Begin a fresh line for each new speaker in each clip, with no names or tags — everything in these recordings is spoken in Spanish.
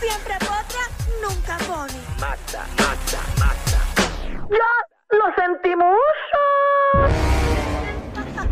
Siempre potra, nunca pone.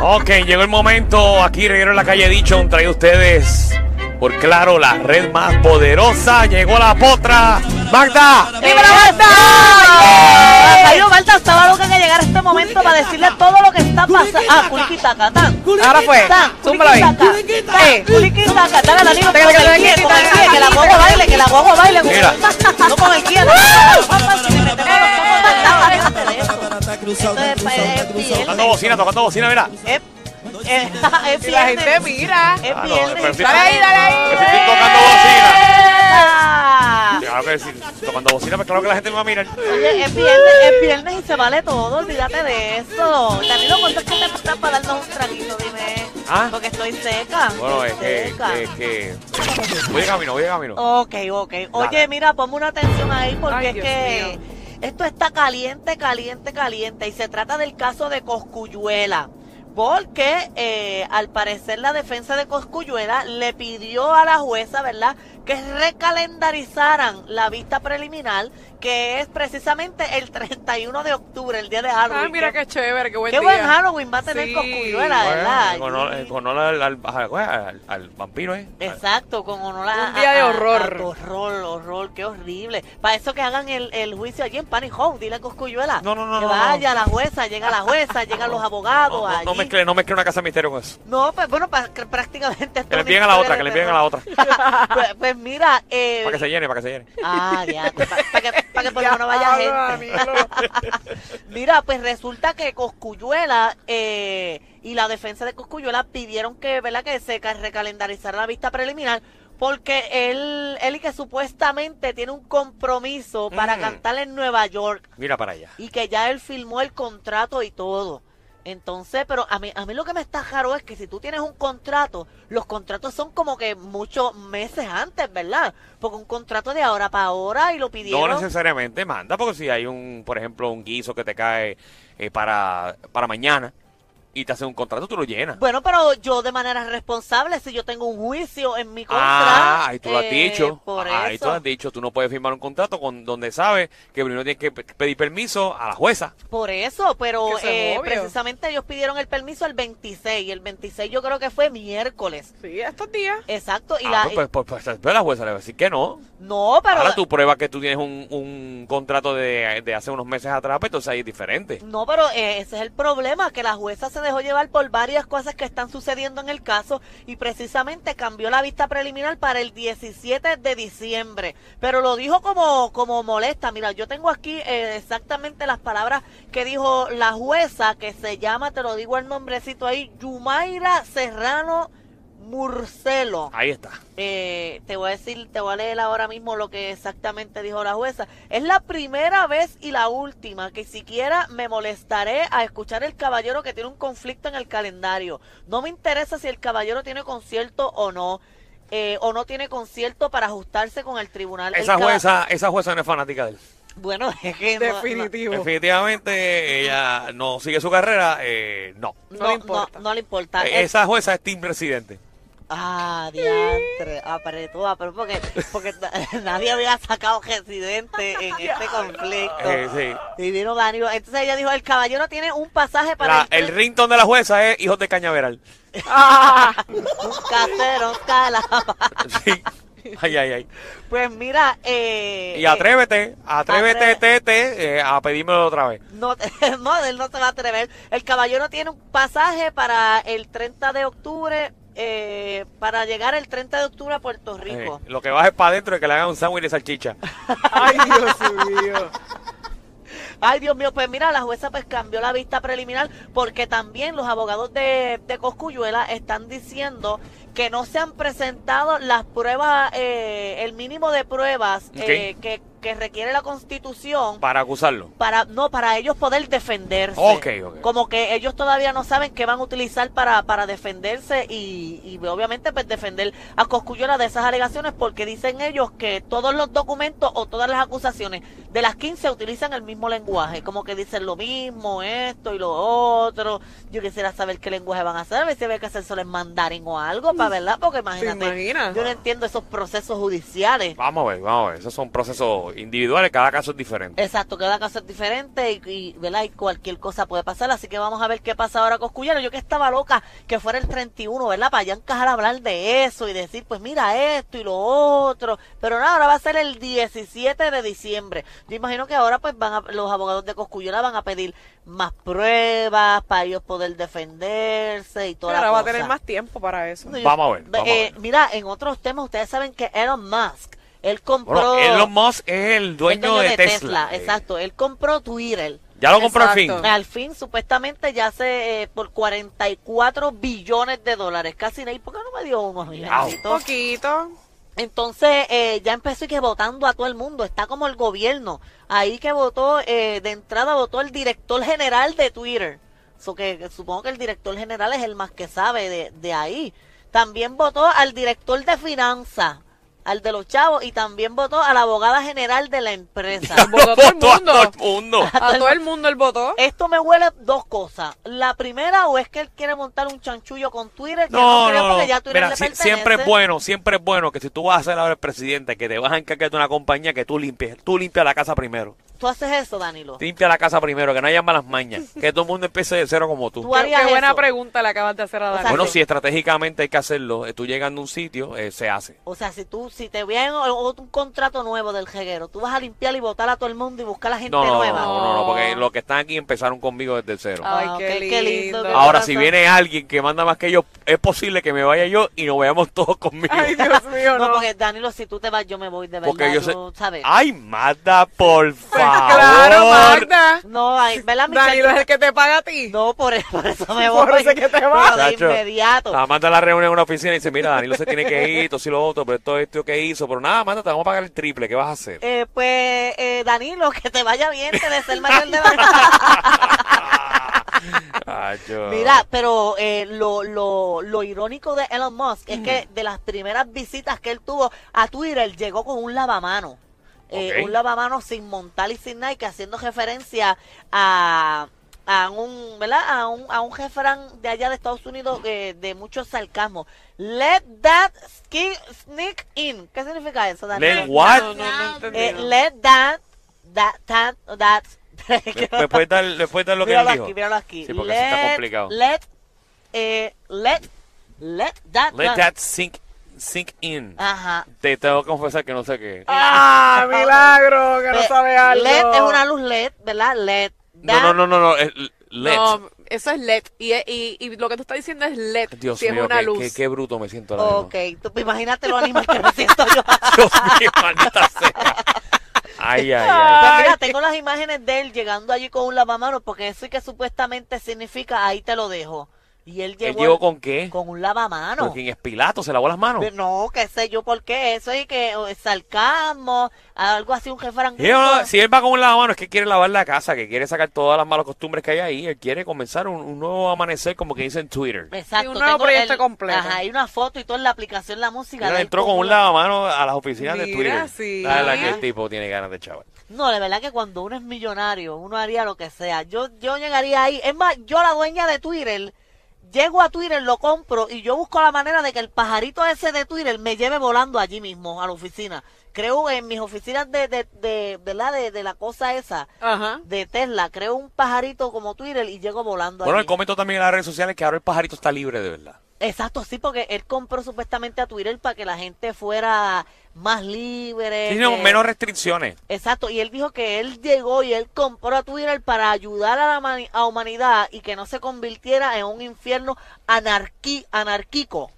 Ok, llegó el momento. Aquí Reguero en la calle Dichon trae a ustedes. Por claro, la red más poderosa. Llegó la potra. Magda.
¡Dímelo, Marta! Ah, Cayo Marta estaba loca que llegara este momento para decirle todo lo que está pasando. Ah, culiquita, catán.
Ahora fue. Zúmbala ahí.
Eh, culiquita, catán, el anillo. Con el pie, con el pie, que la guagua baile, que la guagua baile.
Mira.
No con el pie, no.
Tocando bocina, tocando bocina, mira.
Es eh, es
Y la gente
viernes.
mira.
Es
Ah, no, pero
viernes.
sí-
Dale ahí, dale ahí.
Pero sí estoy tocando bocina.
Ah.
Claro que sí, tocando bocina, pues claro que la gente me va a mirar.
Oye, es viernes, es viernes y se vale todo, olvídate de eso. Danilo, ¿cuánto es que te prestas para darnos un traguito? Dime.
¿Ah?
Porque estoy seca.
Bueno, es
estoy
que,
seca.
que, que. Voy de camino, voy de camino.
Ok, ok. Oye,
Dale.
mira, ponme una atención ahí porque
Ay,
es
Dios
que esto está caliente, caliente, caliente. Y se trata del caso de Coscuyuela. Porque eh, al parecer la defensa de Coscuyuela le pidió a la jueza, ¿verdad?, que recalendarizaran la vista preliminar, que es precisamente el 31 de octubre, el día de Halloween.
Ah, mira qué chévere, qué buen
Qué
día.
buen Halloween va a tener
Sí.
Coscuyuela,
Bueno, eh,
¿verdad?
en honor- en honor al, al- al- al- al vampiro, ¿eh?
Exacto, con honor a...
Un día de
a- a-
horror.
a horror, horror, qué horrible. Para eso que hagan el, el juicio allí en Panic Home, dile a Coscuyuela.
No, no, no,
Que
no, no.
vaya la jueza, llega la jueza, llegan los abogados
No, no,
allí.
no mezcle, no mezcle una casa de misterio con eso.
No, pues bueno, pa- que prácticamente...
Que le envíen a la otra, que le envíen a la otra.
otra. pues, pues mira... Eh,
Para que se llene, para que se llene.
Ah, ya, para que, pa' que por lo menos vaya gente.
Ya, Danilo.
Mira, pues resulta que Coscuyuela eh, y la defensa de Coscuyuela pidieron que, ¿verdad? que se ca- recalendalizara la vista preliminar porque él, él y que supuestamente tiene un compromiso para
Mm.
cantar en Nueva York
Mira para allá.
y que ya él firmó el contrato y todo. Entonces, pero a mí, a mí lo que me está raro es que si tú tienes un contrato, los contratos son como que muchos meses antes, ¿verdad? Porque un contrato de ahora para ahora y lo
No
pidieron.
necesariamente manda, porque si hay un, por ejemplo, un guiso que te cae eh, para, para mañana y te hacen un contrato, tú lo llenas.
Bueno, pero yo de manera responsable, si yo tengo un juicio en mi contra.
ah, ahí tú lo has
eh,
dicho. Ah,
Por
ahí
eso,
tú lo has dicho. Tú no puedes firmar un contrato con donde sabes que primero tienes que pe- pedir permiso a la jueza.
por eso, pero
Que eso es
eh,
obvio.
precisamente ellos pidieron el permiso el 26, y el 26 yo creo que fue miércoles.
Sí, estos días.
Exacto, y
Ah,
la...
pues, pues, pues, pues, la jueza le va a decir que no.
no, pero...
Ahora tú pruebas que tú tienes un, un contrato de, de hace unos meses atrás, pues entonces ahí es diferente.
No, pero eh, ese es el problema, que la jueza se dejó llevar por varias cosas que están sucediendo en el caso y precisamente cambió la vista preliminar para el 17 de diciembre. Pero lo dijo como, como molesta. Mira, yo tengo aquí eh, exactamente las palabras que dijo la jueza, que se llama, te lo digo el nombrecito ahí, Yumaira Serrano Murcelo.
Ahí está.
Eh, te voy a decir, te voy a leer ahora mismo lo que exactamente dijo la jueza. Es la primera vez y la última que siquiera me molestaré a escuchar el caballero que tiene un conflicto en el calendario. No me interesa si el caballero tiene concierto o no, eh, o no tiene concierto para ajustarse con el tribunal. El
Esa
caba-
jueza, esa jueza no es fanática de él.
Bueno, es que no- no-
Definitivo.
Definitivamente ella no sigue su carrera, eh, no.
No,
No le importa.
no le importa.
Eh,
Es-
Esa jueza es Team Residente.
Ah, diantre, Ah, apretó, apretó, porque, porque na- nadie había sacado residente en este conflicto.
Eh, sí.
Y vino Danilo. Entonces ella dijo, el caballero tiene un pasaje para
La- el rington de la jueza es Hijos de Cañaveral.
Ah,
caseros, cala.
Sí. Ay, ay, ay.
Pues mira, eh,
Y atrévete, atrévete,
atrévete.
tete, eh, a pedírmelo otra vez.
No, no, él no se va a atrever. El caballero tiene un pasaje para el 30 de octubre, eh, para llegar el 30 de octubre a Puerto Rico.
Eh, lo que bajes para adentro es que le hagan un sándwich de salchicha.
ay, Dios mío.
Ay, Dios mío, pues mira, la jueza pues cambió la vista preliminar porque también los abogados de, de Coscuyuela están diciendo que no se han presentado las pruebas, eh, el mínimo de pruebas eh,
Ok.
que, que requiere la Constitución
Para acusarlo.
para no para ellos poder defenderse.
Ok, ok.
Como que ellos todavía no saben qué van a utilizar para, para defenderse y, y obviamente pues defender a Coscuyola de esas alegaciones porque dicen ellos que todos los documentos o todas las acusaciones de las 15 utilizan el mismo lenguaje, como que dicen lo mismo, esto y lo otro. Yo quisiera saber qué lenguaje van a hacer, a ver si había que hacer solo en mandarín o algo, para verdad, porque imagínate,
imaginas?
yo no entiendo esos procesos judiciales.
Vamos a ver, vamos a ver. Esos son procesos individuales, cada caso es diferente.
Exacto, cada caso es diferente y, y, ¿verdad? y cualquier cosa puede pasar, así que vamos a ver qué pasa ahora con Cuyano. Yo que estaba loca que fuera el 31, ¿verdad? Para allá encajar a hablar de eso y decir, pues mira esto y lo otro. Pero nada, ahora va a ser el 17 de diciembre. Yo imagino que ahora pues van a- los abogados de Coscuyola van a pedir más pruebas para ellos poder defenderse y toda la
Ahora va a
cosa.
tener más tiempo para eso.
No, yo-
Vamos a ver, vamos a
eh,
ver.
Mira, en otros temas ustedes saben que Elon Musk, él compró...
Bueno, Elon Musk es el dueño,
El
de, Tesla. Ah. eh.
Exacto, él compró Twitter.
Ya lo compró al fin.
Exacto.
Al fin, supuestamente ya se eh, por 44 billones de dólares, casi nada. ¿Y por qué no me dio uno? mi
Au.
gente?
Poquito.
Entonces eh, ya empezó y que votando a todo el mundo, está como el gobierno. Ahí que votó, eh, de entrada votó el director general de Twitter. So que, que supongo que el director general es el más que sabe de, de ahí. También votó al director de finanzas, al de los chavos, y también votó a la abogada general de la empresa.
Votó todo el
Votó a
mundo.
todo el mundo.
A todo el mundo el votó.
Esto me huele a dos cosas. La primera, o es que él quiere montar un chanchullo con Twitter. que
No,
creo,
no,
porque
no.
ya Twitter
Mira,
le
si-
pertenece.
siempre es bueno, siempre es bueno que si tú vas a ser ahora el presidente, que te vas a encargar de una compañía, que tú limpies, tú limpia la casa primero.
Tú haces eso, Danilo.
Limpia la casa primero, que no haya malas mañas, que todo el mundo empiece de cero como tú.
Tú
Qué,
harías
qué buena
eso.
pregunta le acabas de hacer a
O sea,
Dani.
Bueno,
sí.
si estratégicamente hay que hacerlo, eh, tú llegando a un sitio, eh, se hace.
O sea, si tú, si te viene o- o un contrato nuevo del jeguero, tú vas a limpiar y votar a todo el mundo y buscar a la gente
No, no, no,
nueva. Oh.
no, no, porque los que están aquí empezaron conmigo desde cero.
Ay,
Ah,
qué,
ok, qué lindo,
lindo.
qué
Ahora,
corazón.
si viene alguien que manda más que yo, es posible que me vaya yo y nos veamos todos conmigo.
Ay, Dios mío,
No,
no.
porque Danilo, si tú te vas, yo me voy de verdad.
porque yo sé. Ah.
tú ¿sabes?
Ay, Magda, por favor.
Claro, Magda.
No, ay, ¿verdad, Michelle?
Danilo es el que te paga a ti.
No, por eso, por eso me voy.
Por eso es que te vas.
Pero de
Chacho,
inmediato.
La manda a la reunión en una oficina y dice, mira, Danilo se tiene que ir, todo si lo otro, pero esto, esto que hizo, pero nada, manda, te vamos a pagar el triple, ¿qué vas a hacer?
Eh, pues, eh, Danilo, que te vaya bien, que de ser mayor de edad.
Ay, yo-
Mira, pero eh, lo, lo, lo irónico de Elon Musk es que de las primeras visitas que él tuvo a Twitter, llegó con un lavamano. Eh,
Ok.
Un lavamano sin montar y sin Nike, haciendo referencia a, a un, ¿verdad? A un, a un jefran de allá de Estados Unidos eh, de mucho sarcasmo. Let that ski sneak in. ¿Qué significa eso, Daniel?
Let what?
No, no, no entendí.
Eh, let that, that, that, that.
¿Me, me puedes dar, ¿Le puedes dar lo que
míralo
él dijo?
aquí, míralo aquí.
Sí, porque así está complicado.
Let, eh, let, let that.
Let
run.
that sink, sink in.
Ajá.
Te tengo que confesar que no sé qué.
Ah, milagro, que no
Eh,
sabe algo.
Let es una luz LED, ¿verdad? Let.
No, no, no, no, no, es let.
No, eso es LED. Y, y, y lo que tú estás diciendo es LED.
Dios
si es
mío,
una
qué,
luz.
qué- qué bruto me siento ahora mismo.
Ok, tú, imagínate lo animal que me siento yo.
Dios mío, maldita sea. Ay, ay, ay.
Pero Pues mira,
Ay.
tengo las imágenes de él llegando allí con un lavamanos, porque eso es que supuestamente significa ahí te lo dejo. Y él
¿Él
llegó,
llegó con qué?
con un lavamanos.
¿Con quién es Pilato? ¿Se lavó las manos?
Pero No, qué sé yo por qué. Eso es que o, sarcasmo, algo así, un jefe
Sí, no, no, si él va con un lavamanos es que quiere lavar la casa, que quiere sacar todas las malas costumbres que hay ahí. Él quiere comenzar un, un nuevo amanecer, como que dice en Twitter.
Exacto.
Sí, un nuevo
tengo
proyecto completo.
Ajá, hay una foto y todo en la aplicación, la música.
Él
de él
entró con un lavamanos a las oficinas de
Mira,
Twitter.
sí.
La verdad que el tipo tiene ganas de chaval.
No, la verdad que cuando uno es millonario, uno haría lo que sea. Yo, yo llegaría ahí. Es más, yo la dueña de Twitter, llego a Twitter, lo compro y yo busco la manera de que el pajarito ese de Twitter me lleve volando allí mismo, a la oficina. Creo en mis oficinas de, de, de, ¿verdad? De, de la cosa esa,
Ajá.
de Tesla, creo un pajarito como Twitter y llego volando
Bueno, él
allí.
comentó también en las redes sociales que ahora el pajarito está libre de verdad.
Exacto, sí, porque él compró supuestamente a Twitter para que la gente fuera más
Eh,
libre.
Tiene
que-
menos restricciones.
Exacto, y él dijo que él llegó y él compró a Twitter para ayudar a la mani- a humanidad y que no se convirtiera en un infierno anarquí, anarquico.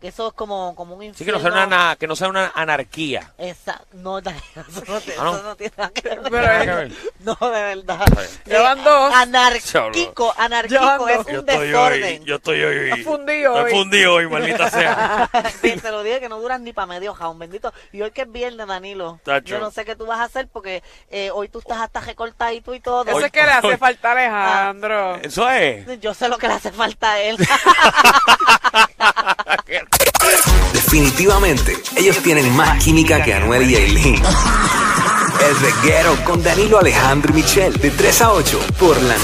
que eso es como, como un infierno.
Sí, que no sea una, ana- que no sea una anarquía.
Esa, no, da- eso no, te-
Ah, no.
eso no tiene nada que ver.
Pero,
que ver.
No, de verdad.
Llevan dos.
Anárquico, anárquico,
Llevan
es
dos.
un desorden.
yo estoy hoy.
Está fundido hoy.
Estoy fundido hoy, maldita sea.
Sí, te lo dije que no duras ni para medio jaun, bendito. Y hoy que es viernes, Danilo.
Tacho.
Yo no sé qué tú vas a hacer porque eh, hoy tú estás hasta recortadito y todo.
Eso
Hoy-
es que le hace
hoy-
falta a Alejandro.
Eso es.
Yo sé lo que le hace falta a él.
Definitivamente, ellos tienen más química que Anuel y Aileen. El reguero con Danilo Alejandro y Michel, de 3 a 8, por la